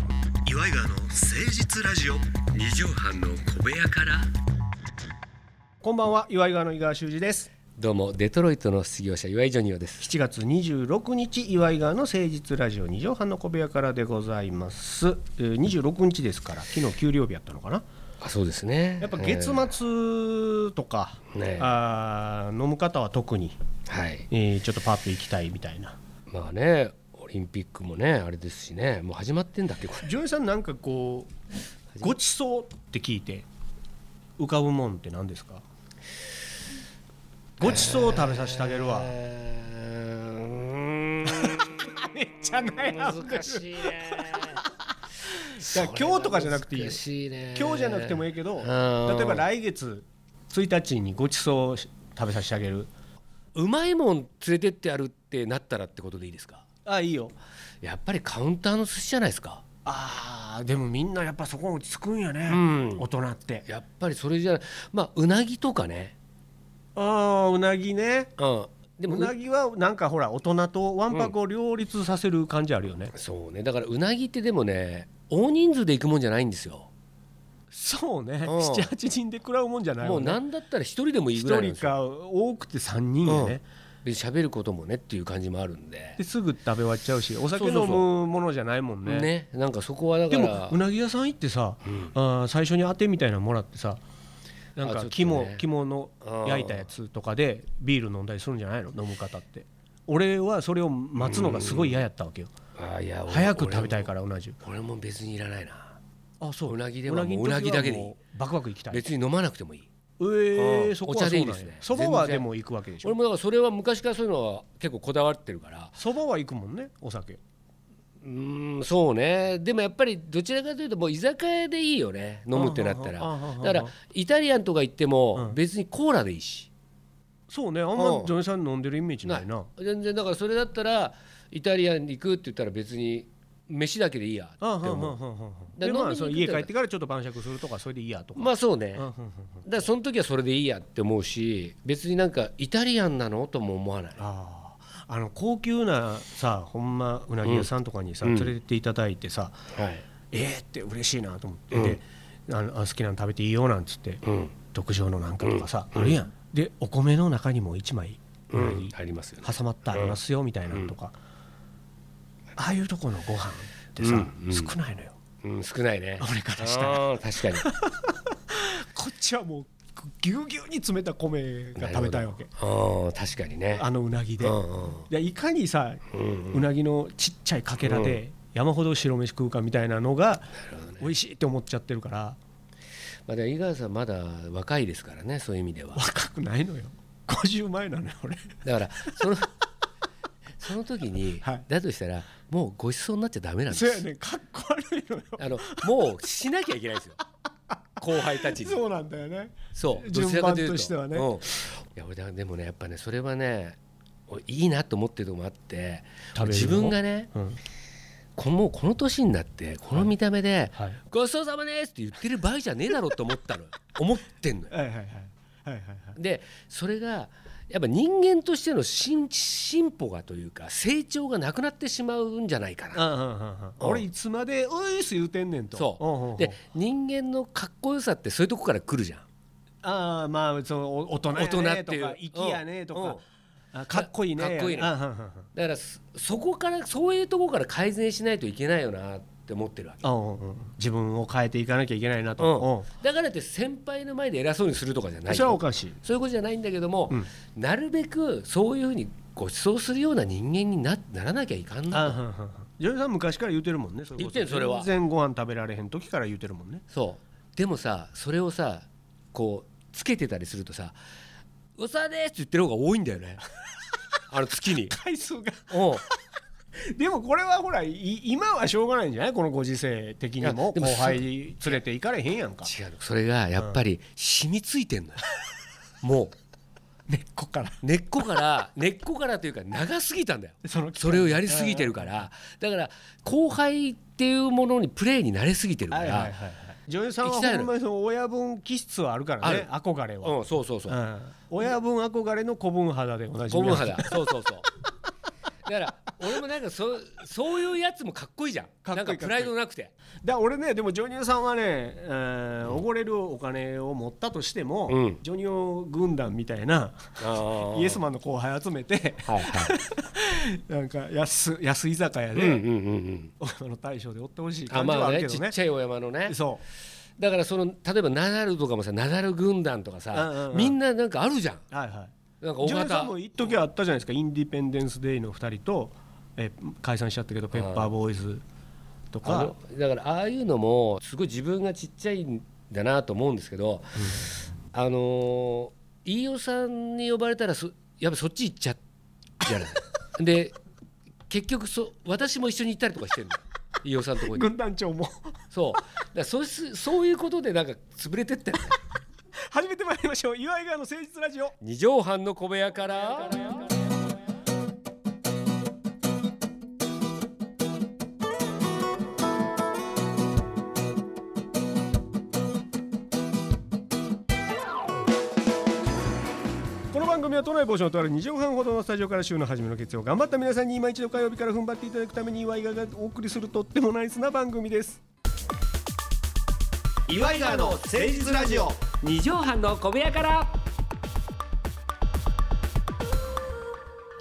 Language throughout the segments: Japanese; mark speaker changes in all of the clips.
Speaker 1: イガーの誠実ラジオ
Speaker 2: 二畳半の小部屋から
Speaker 3: こんばんは岩井川の井川修司です
Speaker 2: どうもデトロイトの失業者岩井ジョニオです
Speaker 3: 7月26日岩井川の誠実ラジオ2畳半の小部屋からでございますえー26日ですから昨日給料日やったのかな
Speaker 2: あそうですね
Speaker 3: やっぱ月
Speaker 2: え
Speaker 3: 末とか、
Speaker 2: えーね
Speaker 3: あー飲む方は特に、
Speaker 2: ーはい
Speaker 3: えーちょっとパッと行きたいみたいな
Speaker 2: まあねオリンピックもねあれですしねもう始まってんだっけこれ
Speaker 3: ジョイさんなんかこうごちそうって聞いて浮かぶもんって何ですかごちそうを食べさせてあげるわ、
Speaker 2: え
Speaker 3: めっちゃ悩む
Speaker 2: ー難しい ね
Speaker 3: いや今日とかじゃなくていいよ
Speaker 2: 難しいね
Speaker 3: 今日じゃなくてもいいけど
Speaker 2: う
Speaker 3: 例
Speaker 2: ん
Speaker 3: えば来月1日にごちそうを食べさせてあげる
Speaker 2: うまいもん連れてってやるってなったらってことでいいですか
Speaker 3: あいいよ
Speaker 2: やっぱりカウンターの寿司じゃないですか
Speaker 3: あーでもみんなやっぱそこ落ち着くんやね、
Speaker 2: うん
Speaker 3: 大人って
Speaker 2: やっぱりそれじゃないまあうなぎとかね
Speaker 3: ああうなぎね
Speaker 2: うんでも
Speaker 3: うなぎはなんかほら大人とわんぱくを両立させる感じあるよね、
Speaker 2: そうねだからうなぎってでもね大人数で行くもんじゃないんですよ
Speaker 3: そうね
Speaker 2: うん
Speaker 3: 78人で食らうもんじゃない
Speaker 2: も
Speaker 3: も
Speaker 2: うん
Speaker 3: ね
Speaker 2: 何だったら一人でもいいぐらいなん
Speaker 3: 1人
Speaker 2: ですよ
Speaker 3: か多くて3人やね、
Speaker 2: で喋ることもねっていう感じもあるんで
Speaker 3: ですぐ食べ終わっちゃうしお酒
Speaker 2: そうそ
Speaker 3: 飲
Speaker 2: うそ
Speaker 3: む
Speaker 2: う
Speaker 3: ものじゃないもんね
Speaker 2: ねなんかそこはだ
Speaker 3: で
Speaker 2: から
Speaker 3: もうなぎ屋さん行ってさ、あー最初に当てみたいなのもらってさなん
Speaker 2: あちょっと
Speaker 3: か
Speaker 2: ね
Speaker 3: 肝,、肝の焼いたやつとかでビール飲んだりするんじゃないの飲む方って俺はそれを待つのがすごい嫌やったわけよ
Speaker 2: あいや俺
Speaker 3: 早く食べたいからうな重
Speaker 2: 俺も俺も別にいらないな
Speaker 3: あそう
Speaker 2: なぎではもううな
Speaker 3: の
Speaker 2: ぎ
Speaker 3: 時は
Speaker 2: だけでいい
Speaker 3: もうバクバク行きたい
Speaker 2: 別に飲まなくてもいい
Speaker 3: えー
Speaker 2: うん
Speaker 3: そこはそうなん
Speaker 2: お茶でいいで
Speaker 3: や
Speaker 2: すね
Speaker 3: そばは
Speaker 2: 全然
Speaker 3: でも行くわけでし
Speaker 2: 俺
Speaker 3: ょ
Speaker 2: もだからそれは昔からそういうのは結構こだわってるから
Speaker 3: そばは行くもんねお酒
Speaker 2: うーんそうねでもやっぱりどちらかというともう居酒屋でいいよね飲むってなったら
Speaker 3: あははあはは
Speaker 2: だからイタリアンとか行っても
Speaker 3: うん
Speaker 2: 別にコーラでいいし、
Speaker 3: そうねあん
Speaker 2: う
Speaker 3: ま
Speaker 2: ん
Speaker 3: ジョニーさん飲んでるイメージないな
Speaker 2: 全然だからそれだったらイタリアンに行くって言ったら別に飯だけでいいやって
Speaker 3: あはんはん
Speaker 2: 思う
Speaker 3: はんはん
Speaker 2: だ
Speaker 3: で
Speaker 2: から
Speaker 3: まあ
Speaker 2: 飲みに行くん
Speaker 3: その
Speaker 2: だ
Speaker 3: 家帰ってからちょっと晩酌するとかそれでいいやとか
Speaker 2: まあそうね
Speaker 3: うんう
Speaker 2: だか
Speaker 3: んうんうん
Speaker 2: らその時はそれでいいやって思うし別になんかイタリアンなのとも思わない
Speaker 3: あああの高級なさほんまうなぎ屋さんとかにさ、
Speaker 2: うん
Speaker 3: 連れてっていただいてさ、
Speaker 2: はい
Speaker 3: ええって嬉しいなと思って、であのあ好きなの食べていいよなんつって、
Speaker 2: うん
Speaker 3: 特上のなんかとかさ、あるやんでお米の中にも1枚うなぎ
Speaker 2: ありますよね
Speaker 3: 挟まってありますよみたいなのとか、ああいうとこのご飯ってさ、
Speaker 2: うんうん
Speaker 3: 少ないのよ
Speaker 2: うん少ないね
Speaker 3: 俺からしたら
Speaker 2: あー確かに
Speaker 3: こっちはもうぎゅうぎゅうに詰めた米が食べたいわけ
Speaker 2: あー確かにね
Speaker 3: あのうなぎで、
Speaker 2: うんうん
Speaker 3: でいかにさ
Speaker 2: うん
Speaker 3: うなぎのちっちゃいかけらで山ほど白飯食うかみたいなのが美味しいって思っちゃってるから
Speaker 2: まあ、でも井川さんまだ若いですからねそういう意味では
Speaker 3: 若くないのよ50前なのよ俺
Speaker 2: だから そのその時に、
Speaker 3: はい
Speaker 2: だとしたらもうごちそうになっちゃダメなんです
Speaker 3: そうやねんかっこ悪いのよ
Speaker 2: あのもうしなきゃいけないんですよ後輩たちに
Speaker 3: そうなんだよね
Speaker 2: そう
Speaker 3: 順番
Speaker 2: どちらかというと
Speaker 3: としてはね
Speaker 2: うん、いや俺だでもねやっぱねそれはね俺いいなと思ってるとこもあって
Speaker 3: 食べるの
Speaker 2: 自分がね
Speaker 3: うん
Speaker 2: このもうこの年になってこの見た目で
Speaker 3: はい
Speaker 2: 「ごちそうさまです」って言ってる場合じゃねえだろうと思ったのよ 思ってんのよ
Speaker 3: はいはいはいはいはい
Speaker 2: でそれがやっぱ人間としての進進歩がというか成長がなくなってしまうんじゃないかな。
Speaker 3: はい俺いつまで「おいっす」言うてんねんと
Speaker 2: そうで
Speaker 3: で
Speaker 2: 人間のかっこよさってそういうとこから来るじゃん。
Speaker 3: ああまあそうお大人やねと
Speaker 2: 大人
Speaker 3: か
Speaker 2: っていう
Speaker 3: 粋やねと
Speaker 2: うん
Speaker 3: かあかっこいいね
Speaker 2: かっこいいね
Speaker 3: あうんうんうん
Speaker 2: だからそそこからそういうとこから改善しないといけないよなって思ってるわけ。
Speaker 3: あうんうん自分を変えていかなきゃいけないな
Speaker 2: うん
Speaker 3: と
Speaker 2: だからって先輩の前で偉そうにするとかじゃ
Speaker 3: う
Speaker 2: なんい
Speaker 3: それはお
Speaker 2: よ
Speaker 3: かしい
Speaker 2: そういうことじゃないんだけども、
Speaker 3: うん
Speaker 2: なるべくそういうふうにご馳走するような人間になならなきゃいかん
Speaker 3: あは
Speaker 2: なと
Speaker 3: んはんはんジョニーさん昔から言うてるもんねそ
Speaker 2: 言ってんそれは
Speaker 3: 全然ご飯食べられへん時から言うてるもんね
Speaker 2: そうでもさそれをさこうつけてたりするとさ「うさです」って言ってる方が多いんだよ ねあの月に。
Speaker 3: 回数が
Speaker 2: うん
Speaker 3: でもこれはほらい今はしょうがないんじゃないこのご時世的に
Speaker 2: いや
Speaker 3: も
Speaker 2: で
Speaker 3: 後
Speaker 2: も
Speaker 3: 輩連れて行かれへんやんか
Speaker 2: 違うのそれがやっぱり染みついてんのよ、も
Speaker 3: 根っこから
Speaker 2: う根っこから 根っこからというか長すぎたんだよ
Speaker 3: その
Speaker 2: それをやりすぎてるからだから後輩っていうものにプレーに慣れすぎてるか
Speaker 3: はいはいはい
Speaker 2: ら
Speaker 3: はいジョニーさんは
Speaker 2: 行きたいの
Speaker 3: ほんまにその親分気質はあるからね憧れは、
Speaker 2: うんそうそうそう
Speaker 3: うん親分憧れの子分肌で同じ
Speaker 2: 古文派だそうそうそうから俺もなんかそうそういうやつもかっこいいじゃん
Speaker 3: かっこいい
Speaker 2: なんかプライドなくて
Speaker 3: だ俺ねでもジョニオさんはね、えーおごれるお金を持ったとしても、
Speaker 2: うん
Speaker 3: ジョニオ軍団みたいなイエスマンの後輩集めて
Speaker 2: はいはい
Speaker 3: なんか安安居酒屋で、
Speaker 2: うんうんうんうん
Speaker 3: お前の大将でおってほしい
Speaker 2: あ
Speaker 3: 感じ
Speaker 2: ま
Speaker 3: は
Speaker 2: あ
Speaker 3: ある
Speaker 2: ね
Speaker 3: け
Speaker 2: ち
Speaker 3: ど
Speaker 2: っ
Speaker 3: ね。
Speaker 2: ちゃいお山のね
Speaker 3: そ
Speaker 2: だからその例えばナダルとかもさナダル軍団とかさ、
Speaker 3: うんうんうん
Speaker 2: みんななんかあるじゃん
Speaker 3: うはいは
Speaker 2: なんか
Speaker 3: い。
Speaker 2: 大
Speaker 3: ジョニオさん
Speaker 2: 型
Speaker 3: も一時あったじゃないですか。インディペンデンスデイの二人とえ解散しちゃったけどペッパーボーイズと
Speaker 2: あ
Speaker 3: か
Speaker 2: の。だからああいうのもすごい自分がちっちゃいんだなと思うんですけど、あのー飯尾さんに呼ばれたらそやっぱそっち行っちゃうじ ゃないで結局そ私も一緒に行ったりとかしてるの飯尾さんのとこに
Speaker 3: 軍団長も
Speaker 2: そうだからそうすそういうことでなんか潰れて ったよね
Speaker 3: 始めてまいりましょう岩井川の誠実ラジオ
Speaker 2: 二畳半の小部屋から
Speaker 3: この番組は都内防止のとある2畳半ほどのスタジオから週の初めの月曜頑張った皆さんに今一度火曜日から踏ん張っていただくために岩井川がお送りするとってもナイスな番組です
Speaker 1: 岩井川の誠実ラジオ
Speaker 2: 二畳半の小部屋から
Speaker 3: あ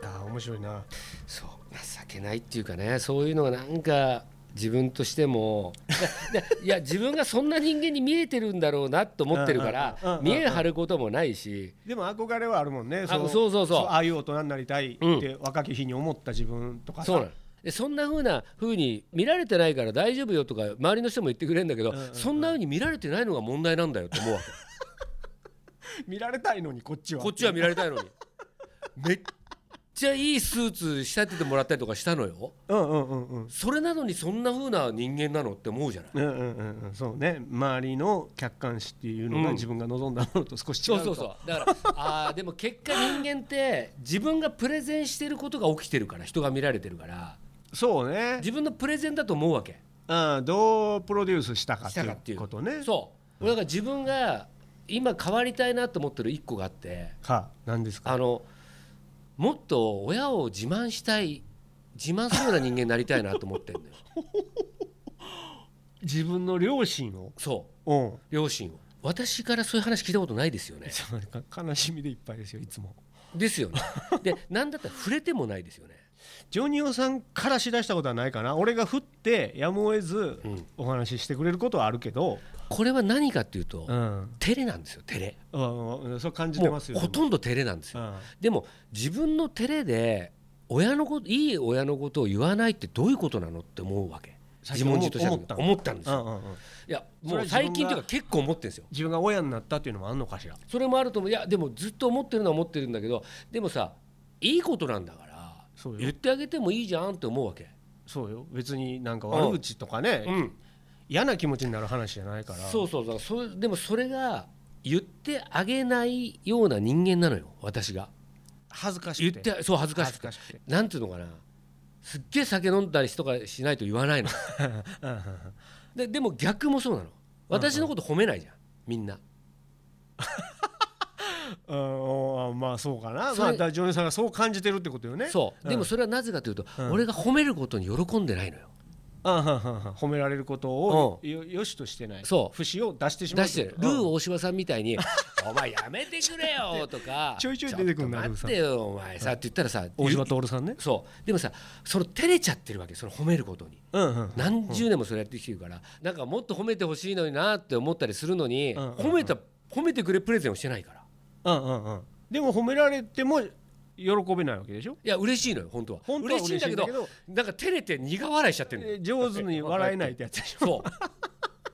Speaker 3: あ面白いな
Speaker 2: そう情けないっていうかねそういうのがなんか自分として もいやいや自分がそんな人間に見えてるんだろうなと思ってるか
Speaker 3: うんうんうん
Speaker 2: ら
Speaker 3: うん
Speaker 2: 見え張ることもないし
Speaker 3: でも憧れはあるもんね
Speaker 2: あそうそうそう
Speaker 3: ああいう大人になりたいっ
Speaker 2: うん
Speaker 3: て若き日に思った自分とかさ
Speaker 2: そうなのでそんな風な風に見られてないから大丈夫よとか周りの人も言ってくれるんだけど、
Speaker 3: うんうんうん
Speaker 2: そんな風に見られてないのが問題なんだよって思うわけ
Speaker 3: 見られたいのに こっちは
Speaker 2: こっちは見られたいのにめっちゃいいスーツ仕立ててもらったりとかしたのよ
Speaker 3: うんうんうんうん
Speaker 2: それなのにそんな風な人間なのって思うじゃない
Speaker 3: うんうんうんうんそうね周りの客観視っていうの
Speaker 2: う
Speaker 3: が
Speaker 2: ん
Speaker 3: 自分が望んだものと少し違
Speaker 2: そうう
Speaker 3: と
Speaker 2: そうそうだからあーでも結果人間って自分がプレゼンしてることが起きてるから人が見られてるから
Speaker 3: そうね
Speaker 2: 自分のプレゼンだと思うわけ
Speaker 3: うんどうプロデュースしたかっ
Speaker 2: したかってて
Speaker 3: い
Speaker 2: いうう
Speaker 3: ことね
Speaker 2: そうだから自分が今変わりたいなと思ってる一個があって
Speaker 3: は何ですか
Speaker 2: あのもっと親を自慢したい自慢するような人間になりたいなと思ってるん だよ
Speaker 3: 自分の両親を
Speaker 2: そう
Speaker 3: うん
Speaker 2: 両親を私からそういう話聞いたことないです よね
Speaker 3: そうなんか悲しみでいっぱいですよいつも
Speaker 2: ですよねで何だったら触れてもないですよね
Speaker 3: ジョニオさんからしだしたことはないかな俺が振ってやむを得ず
Speaker 2: うん
Speaker 3: お話ししてくれることはあるけど
Speaker 2: これは何かっていうと、
Speaker 3: うん
Speaker 2: テレなんですよテレ
Speaker 3: うんうん、そう感じて
Speaker 2: も
Speaker 3: ます
Speaker 2: う
Speaker 3: よ。
Speaker 2: ほとんど照れなんです
Speaker 3: う
Speaker 2: よ、
Speaker 3: ん、
Speaker 2: でも自分の照れで親のこといい親のことを言わないってどういうことなのって思うわけ
Speaker 3: 最
Speaker 2: 自
Speaker 3: 近思
Speaker 2: 問自答した時
Speaker 3: 思ったの
Speaker 2: 思ったんです
Speaker 3: う
Speaker 2: よ、
Speaker 3: んうんうん、
Speaker 2: いや
Speaker 3: それは自
Speaker 2: もう
Speaker 3: 分が
Speaker 2: 最近というか結構思ってるんですよ
Speaker 3: 自分が親になったっていうのもあんのかしら。
Speaker 2: それもあると思ういやでもずっと思ってるのは思ってるんだけどでもさいいことなんだから
Speaker 3: そうよ
Speaker 2: 言ってあげてもいいじゃんって思うわけ
Speaker 3: そうよ、別になんか悪口とかね、
Speaker 2: うん
Speaker 3: 嫌な気持ちになる話じゃないから。
Speaker 2: そうそうそうそれでもそれが言ってあげないような人間なのよ私が
Speaker 3: 恥ずかし
Speaker 2: 言っ
Speaker 3: くて。
Speaker 2: てそう恥ずかしくて
Speaker 3: 恥ずかしくて
Speaker 2: なんていうのかなすっげえ酒飲んだりとかしないと言わないの
Speaker 3: うんうんうん
Speaker 2: ででも逆もそうなの私のこと褒めないじゃんみんな
Speaker 3: うんうんまあそうかな。
Speaker 2: それ
Speaker 3: まあだからジョニオさんがそう感じてるってことよね。
Speaker 2: そうでも
Speaker 3: ん
Speaker 2: それはなぜかというと、
Speaker 3: うん
Speaker 2: 俺が褒めることに喜んでないのよ
Speaker 3: うんうんうんうん褒められることをよよしとしてない。
Speaker 2: そう
Speaker 3: 節を出してしまう
Speaker 2: 出
Speaker 3: っ
Speaker 2: して
Speaker 3: こと。
Speaker 2: るルー
Speaker 3: を
Speaker 2: 大柴さんみたいに 「お前やめてくれよ」とか
Speaker 3: ちょいちょい出てくるな
Speaker 2: ちょっと待ってよお前さ」って言ったらさ
Speaker 3: 大島徹さんね。
Speaker 2: そうでもさその照れちゃってるわけその褒めることに
Speaker 3: うんうん。
Speaker 2: 何十年もそれやってきてるからなんかもっと褒めてほしいのになって思ったりするのに
Speaker 3: うんうんうん
Speaker 2: 褒めた褒めてくれプレゼンをしてないから
Speaker 3: うんうんうん。でも褒められても喜べないわけでしょ。
Speaker 2: いや嬉しいのよ本当は
Speaker 3: 本当は
Speaker 2: 嬉しいんだけど
Speaker 3: 嬉しいんだ
Speaker 2: なんか照れて苦笑いしちゃってるのよ
Speaker 3: え上手に笑えないってやつでしょ。
Speaker 2: そうだか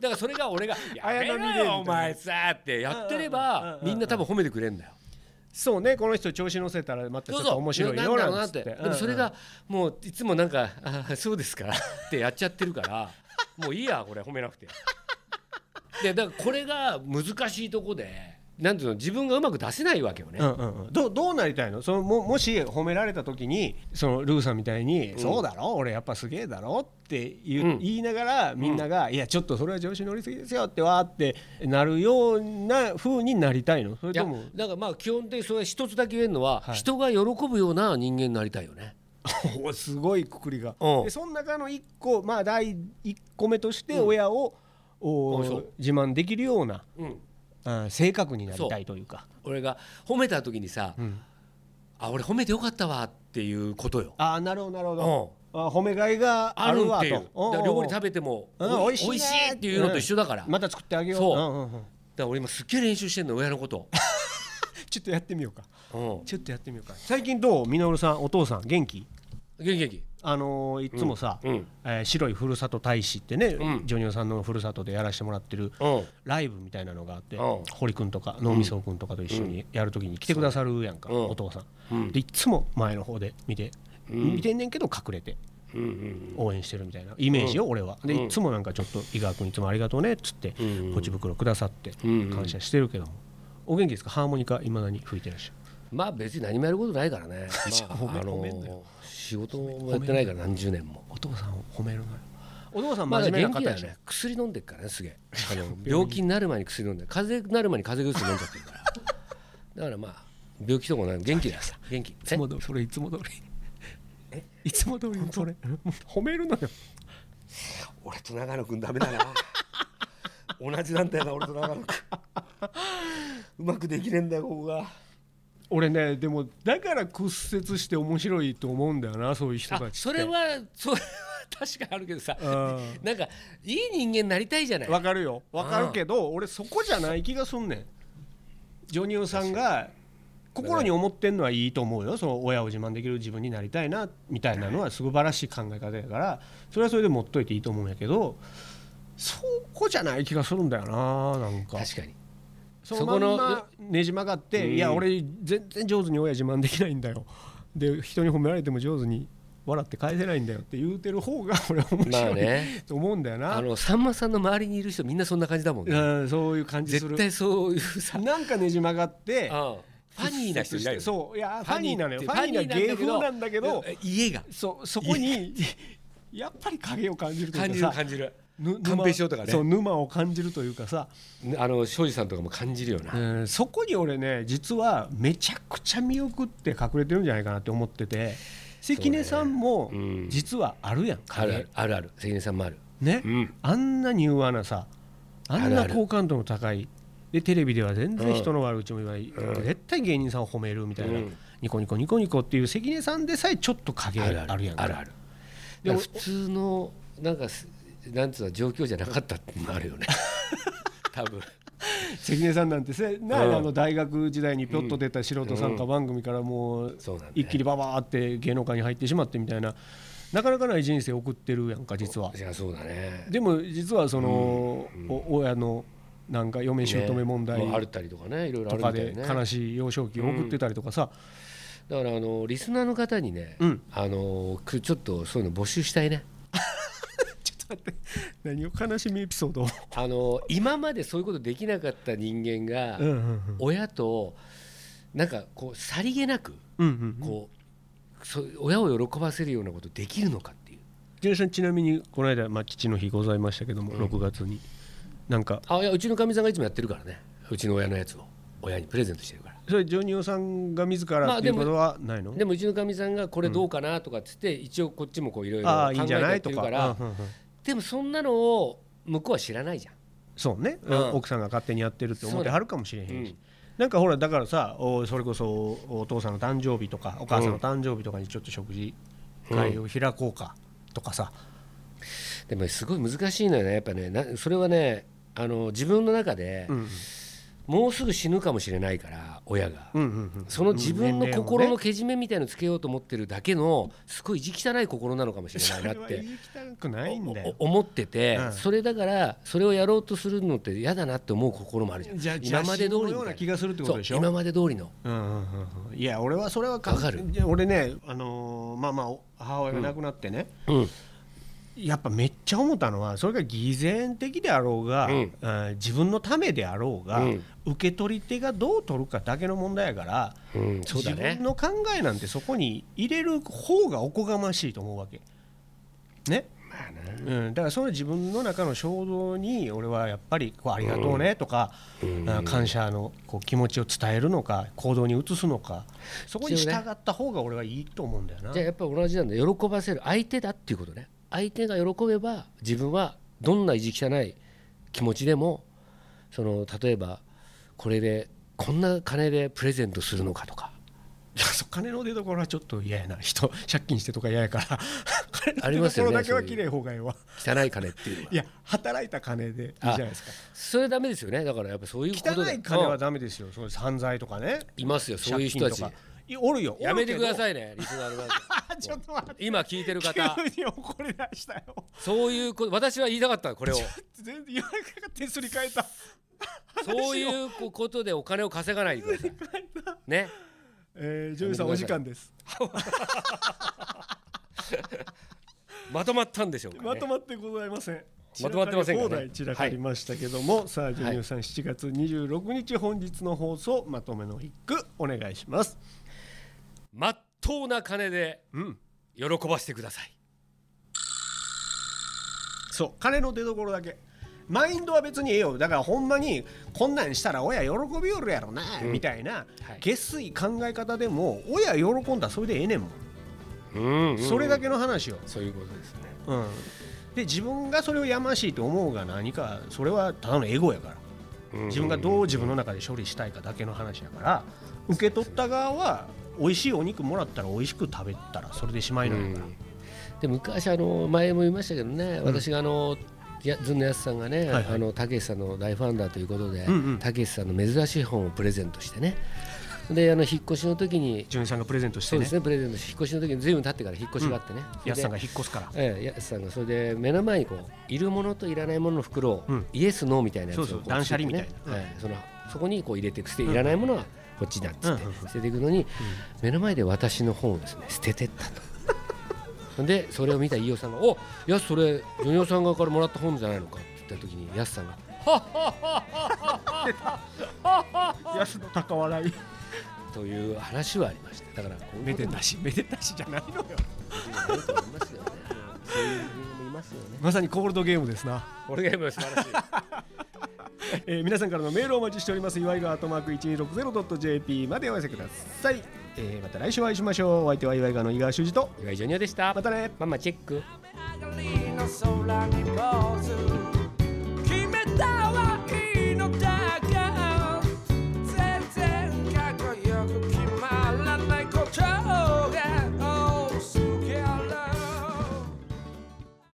Speaker 2: らそれが俺が「やめろ
Speaker 3: 綾波レイみたいな
Speaker 2: よお前さ」ってやっ
Speaker 3: う
Speaker 2: てれ
Speaker 3: んうんうん
Speaker 2: ば
Speaker 3: うん
Speaker 2: みんな多分褒めてくれんだよ
Speaker 3: そうねこの人調子乗せたらまたちょっと面白い
Speaker 2: なん
Speaker 3: よ
Speaker 2: だろう
Speaker 3: な
Speaker 2: なんっ
Speaker 3: つってて
Speaker 2: でもそれがもういつもなんか「あーそうですか」ってやっちゃってるから もういいやこれ褒めなくてでだからこれが難しいとこでなんていうの自分がうまく出せないわけよね
Speaker 3: うんうんうんどうどうなりたいのそのももし褒められた時にそのルーさんみたいに「
Speaker 2: ん
Speaker 3: そうだろ俺やっぱすげえだろ」って言,、う
Speaker 2: うん
Speaker 3: 言いながらみんなが「いやちょっとそれは調子乗りすぎですよ」ってわーってなるような風になりたいのそれ
Speaker 2: いや
Speaker 3: とも
Speaker 2: だからまあ基本的にそれは一つだけ言えるのは、
Speaker 3: はい
Speaker 2: 人が喜ぶような人間になりたいよね
Speaker 3: おすごいくくりが、
Speaker 2: うん
Speaker 3: でその中の1個まあ第1個目として親を、お
Speaker 2: あそう
Speaker 3: 自慢できるような
Speaker 2: うん、
Speaker 3: あ性格になりたいというか
Speaker 2: 俺が褒めた時にさ、
Speaker 3: ん
Speaker 2: あ俺褒めてよかったわっていうことよ。
Speaker 3: ああなるほどなるほ
Speaker 2: う
Speaker 3: ど、あ
Speaker 2: ん
Speaker 3: 褒めがいがあ
Speaker 2: ある
Speaker 3: る
Speaker 2: っ
Speaker 3: わ
Speaker 2: ていう
Speaker 3: とおうおう
Speaker 2: だから料理食べても
Speaker 3: うん
Speaker 2: おい
Speaker 3: 美
Speaker 2: お
Speaker 3: 味
Speaker 2: い
Speaker 3: し
Speaker 2: し
Speaker 3: いね
Speaker 2: いっていうのと一緒だから、だ
Speaker 3: また作ってあげよう
Speaker 2: そうん
Speaker 3: んん
Speaker 2: から俺今すっげえ練習してんの親のこと、
Speaker 3: ちょっとやってみようか
Speaker 2: うん、元
Speaker 3: ちょっとやってみようか最近どうみのるさんお父さん元気
Speaker 2: 気元気
Speaker 3: あのーいつもさ、
Speaker 2: うん
Speaker 3: えー白いふるさと大使ってね、
Speaker 2: うん
Speaker 3: ジョニオさんのふるさとでやらせてもらってる
Speaker 2: うん
Speaker 3: ライブみたいなのがあって、
Speaker 2: うん
Speaker 3: 堀君とか能見蒼君とかと一緒にやるときに来てくださるやんか、
Speaker 2: うん
Speaker 3: お父さん、
Speaker 2: うん
Speaker 3: でいつも前の方で見て、
Speaker 2: うん
Speaker 3: 見てんねんけど隠れて
Speaker 2: うんうん
Speaker 3: 応援してるみたいなイメージよ、俺はで
Speaker 2: うん
Speaker 3: いつもなんかちょっと伊賀君いつもありがとうねっつって、
Speaker 2: うん
Speaker 3: ポチ袋くださって
Speaker 2: うん
Speaker 3: 感謝してるけども、お元気ですかハーモニカいまだに吹いてらっしゃる
Speaker 2: まあ別に何もやることないか らね、まあ、
Speaker 3: 褒め
Speaker 2: あの
Speaker 3: 褒めんなよ
Speaker 2: 仕事もやってないから何十年も。
Speaker 3: お父さんを褒めるのよお父さん
Speaker 2: ま
Speaker 3: 真面
Speaker 2: あ
Speaker 3: 目な
Speaker 2: 元
Speaker 3: 方
Speaker 2: 気だ
Speaker 3: で
Speaker 2: よ
Speaker 3: しょ、
Speaker 2: ね薬飲んでっから ねすげえあの病気になる前に薬飲んで風邪になる前に風邪薬飲んじゃってるからだからまあ病気とかない元気だよ元 気
Speaker 3: いつも通りそれいつも通りいつも通りそれ褒めるのよ
Speaker 2: 俺と長野くんダ メだな同じなんだよな俺と長野くんうまくできねえんだよここが
Speaker 3: 俺ねでもだから屈折して面白いと思うんだよなそういう人
Speaker 2: あ
Speaker 3: たちって
Speaker 2: それはそれは確かにあるけどさ
Speaker 3: うん
Speaker 2: なんかいい人間になりたいじゃない
Speaker 3: わかるよわかるけど俺そこじゃない気がすんねんジョニオさんが心に思ってんのはいいと思うよその親を自慢できる自分になりたいなみたいなのは素晴らしい考え方やからそれはそれで持っといていいと思うんやけどそこじゃない気がするんだよななんか
Speaker 2: 確かに
Speaker 3: そのまん
Speaker 2: そ
Speaker 3: まねじ曲がって、
Speaker 2: うん
Speaker 3: いや俺全然上手に親自慢できないんだよで人に褒められても上手に笑って返せないんだよって言うてる方が俺面
Speaker 2: まあ
Speaker 3: 白い、
Speaker 2: ね
Speaker 3: と思うんだよな
Speaker 2: あのさんまさんの周りにいる人みんなそんな感じだもんね
Speaker 3: うん、そういう感じす
Speaker 2: 絶
Speaker 3: る
Speaker 2: 対そういうさ
Speaker 3: なんかねじ曲がって
Speaker 2: ああファニーな人いないよね
Speaker 3: そういや
Speaker 2: フ
Speaker 3: ファニーなのよファニーな芸風なんだけど
Speaker 2: 家が
Speaker 3: そうそこに やっぱり影を感じるという
Speaker 2: 感
Speaker 3: か
Speaker 2: じ
Speaker 3: さ
Speaker 2: る感じる
Speaker 3: ぬ沼
Speaker 2: 寛平師匠とかね
Speaker 3: そう沼を感じるというかさ、
Speaker 2: あの庄司さんとかも感じるよな、
Speaker 3: うんそこに俺ね実はめちゃくちゃ魅力って隠れてるんじゃないかなって思ってて関根さんも
Speaker 2: うん
Speaker 3: 実はあるやん
Speaker 2: あ
Speaker 3: 影
Speaker 2: るあるあるある関根さんもある
Speaker 3: ね、
Speaker 2: うん
Speaker 3: あんなに柔和なさあ
Speaker 2: あ
Speaker 3: ん
Speaker 2: る
Speaker 3: な
Speaker 2: ある
Speaker 3: 好感度の高いでテレビでは全然人の悪口も言わない、絶対芸人さんを褒めるみたいな、
Speaker 2: うん
Speaker 3: ニコニコニコニコっていう関根さんでさえちょっと影あるやんか
Speaker 2: あるあ
Speaker 3: で
Speaker 2: るだから
Speaker 3: も
Speaker 2: 普通のなんかすなんつうの状況じゃなかったってのもある よね多分
Speaker 3: 関根さんなんてせな、
Speaker 2: うん
Speaker 3: あの大学時代にぴょっと出た素人参加番組からもう
Speaker 2: そうなんだよ。
Speaker 3: 一気にババーって芸能界に入ってしまってみたいななかなかない人生送ってるやんか実はい
Speaker 2: やそうだね
Speaker 3: でも実はその、お親のなんか嫁
Speaker 2: ね
Speaker 3: 姑問題、
Speaker 2: もうあるったりとかねいろいろ
Speaker 3: と
Speaker 2: あるみた
Speaker 3: か
Speaker 2: い
Speaker 3: で
Speaker 2: ね
Speaker 3: 悲しい幼少期を送ってたりとかさ、
Speaker 2: だからあのリスナーの方にね、
Speaker 3: うん
Speaker 2: あのくちょっとそういうの募集したいね
Speaker 3: ちょっと待って何を悲しみエピソードを
Speaker 2: あの今までそういうことできなかった人間が、
Speaker 3: うんうん
Speaker 2: 親となんかこうさりげなく
Speaker 3: うんうん
Speaker 2: こう、そう親を喜ばせるようなことできるのかっていう
Speaker 3: ジュニアさんちなみにこの間、まあ、父の日ございましたけども、6月になんか
Speaker 2: あいやうちのかみさんがいつもやってるからねうちの親のやつを親にプレゼントしてるから
Speaker 3: それジョニオさんが自
Speaker 2: ま
Speaker 3: ら
Speaker 2: あ
Speaker 3: っていうことはないの、
Speaker 2: でもうちのかみさんがこれどうかなとかっつって、一応こっちもこういろいろ
Speaker 3: あ
Speaker 2: 考
Speaker 3: あいい
Speaker 2: え
Speaker 3: ん
Speaker 2: て
Speaker 3: じゃ
Speaker 2: や
Speaker 3: な
Speaker 2: っ
Speaker 3: い
Speaker 2: て
Speaker 3: と
Speaker 2: る
Speaker 3: か
Speaker 2: から
Speaker 3: うんうんうん
Speaker 2: でもそんなのを向こうは知らないじゃん
Speaker 3: そうね、
Speaker 2: うん
Speaker 3: 奥さんが勝手にやってるって思ってはるかもしれへんし、
Speaker 2: うん
Speaker 3: なんかほらだからさおそれこそお父さんの誕生日とかお母さんの誕生日とかにちょっと食事会を開こうかとかさ、
Speaker 2: でもすごい難しいのよねやっぱねなそれはねあの自分の中で、
Speaker 3: うん
Speaker 2: もうすぐ死ぬかもしれないから親が、
Speaker 3: うんうんうん
Speaker 2: その自分の
Speaker 3: 年齢をね
Speaker 2: 心のけじめみたいのつけようと思ってるだけのすごい意地汚い心なのかもしれないなっ
Speaker 3: それは
Speaker 2: て
Speaker 3: 言い汚くないんだよ
Speaker 2: おお思ってて、
Speaker 3: うん
Speaker 2: それだからそれをやろうとするのって嫌だなって思う心もあるじゃん
Speaker 3: じゃあ
Speaker 2: 今まで通り
Speaker 3: 邪心の
Speaker 2: み
Speaker 3: よう
Speaker 2: た
Speaker 3: ない気がするってことでしょ
Speaker 2: そう今まで通りの
Speaker 3: うんうんうんうんいや俺はそれはか
Speaker 2: わかる
Speaker 3: いや俺ねあのーまあまあお母親が亡くなってね、
Speaker 2: うん
Speaker 3: やっぱめっちゃ思ったのはそれが偽善的であろうが、
Speaker 2: うん
Speaker 3: あー自分のためであろうが、
Speaker 2: うん
Speaker 3: 受け取り手がどう取るかだけの問題やから、
Speaker 2: うんそうだ
Speaker 3: 自
Speaker 2: ね
Speaker 3: 分の考えなんてそこに入れる方がおこがましいと思うわけね、うん、だからその自分の中の衝動に俺はやっぱりこうありがとうねとか、あ感謝のこう気持ちを伝えるのか行動に移すのかそこに従った方が俺はいいと思うんだよな
Speaker 2: じゃあやっぱ同じなんだ喜ばせる相手だっていうことね相手が喜べば自分はどんな意地汚い気持ちでもその例えばこれでこんな金でプレゼントするのかとか
Speaker 3: いや そう金の出所はちょっと嫌やな人借金してとか嫌やから
Speaker 2: あ
Speaker 3: 金
Speaker 2: り
Speaker 3: の
Speaker 2: ます
Speaker 3: 出
Speaker 2: よ
Speaker 3: 所
Speaker 2: ね
Speaker 3: だけは綺麗方がいいわ
Speaker 2: 汚い金っていうのはい
Speaker 3: や働いた金でいいじゃないですか
Speaker 2: それはダメですよねだからやっぱそういうこと
Speaker 3: 汚
Speaker 2: で
Speaker 3: い金は
Speaker 2: うん
Speaker 3: ダメですよそうです犯罪とかね
Speaker 2: いますよそういう人たち
Speaker 3: 借金とかいやおるよ
Speaker 2: やめてくだ
Speaker 3: い
Speaker 2: さいねリスナーの皆さん
Speaker 3: ちょっと待って
Speaker 2: 今聞いてる方
Speaker 3: 急に怒り出したよ
Speaker 2: そういうこ私は言いたかったこれを
Speaker 3: 全然言わなかった手すり替えた
Speaker 2: そういうこことでお金を稼がないでくださいね
Speaker 3: えー、ジョイさんお時間です
Speaker 2: まとまったんでしょうか、ね、
Speaker 3: まとまってございません
Speaker 2: まとまってませんかね
Speaker 3: 散らかり放題散らかりましたけども、さあジョニオさん7月26日本日の放送まとめの一句お願いします
Speaker 2: まっとうな金で
Speaker 3: うん
Speaker 2: 喜ばせてください
Speaker 3: そう金の出所だけマインドは別にええよだからほんまにこんなんしたら親喜びよるやろな、みたいな、
Speaker 2: はい
Speaker 3: 下水考え方でも親喜んだらそれでええねんもん、
Speaker 2: うん
Speaker 3: それだけの話よ、
Speaker 2: そういうことですね
Speaker 3: うん、で自分がそれをやましいと思うが何かそれはただのエゴやから自分がどう自分の中で処理したいかだけの話やから受け取った側は美味しいお肉もらったら美味しく食べたらそれでしまいなんやから、
Speaker 2: で昔あの前も言いましたけどね、私があのやずんのやすさんがね、
Speaker 3: はいはい
Speaker 2: あのたけしさんの大ファンだということで
Speaker 3: うんうん
Speaker 2: たけしさんの珍しい本をプレゼントしてねであの引っ越しの時に
Speaker 3: 純一さんがプレゼントし
Speaker 2: そ
Speaker 3: て
Speaker 2: う
Speaker 3: ね
Speaker 2: ですねプレゼントして引っ越しの時に随分経ってから引っ越しがあってね、それで
Speaker 3: やすさんが引っ越すから
Speaker 2: ええ、やすさんがそれで目の前にこういるものといらないものの袋を、
Speaker 3: うん
Speaker 2: イエスノーみたいなやつを
Speaker 3: そうそう
Speaker 2: こ
Speaker 3: 断捨離みたいな
Speaker 2: つけてねええそのそこにこう入れていく捨ていらないものはこっちだっつって、
Speaker 3: うんうんうん
Speaker 2: 捨てていくのに、目の前で私の本をですね捨ててったとでそれを見た飯尾さんが「おやすそれジョニオさん側からもらった本じゃないのか」って言った時にやすさんが
Speaker 3: やすの高笑い
Speaker 2: 「という話はありましただからこうい
Speaker 3: め
Speaker 2: うこ
Speaker 3: で
Speaker 2: とも
Speaker 3: たしめでたしじゃないのよ
Speaker 2: あると思いますよね そういう人もいますよ ね
Speaker 3: まさにコールドゲームですな
Speaker 2: これが今素晴らしい
Speaker 3: えー皆さんからのメールをお待ちしております。いわゆるアートマーク 1260.jp までお寄せください。えーまた来週お会いしましょう。お相手は岩井川の井川修司と。
Speaker 2: 岩井ジョニオでした
Speaker 3: またね。
Speaker 2: ママチェック
Speaker 4: Magdalena sola mi poso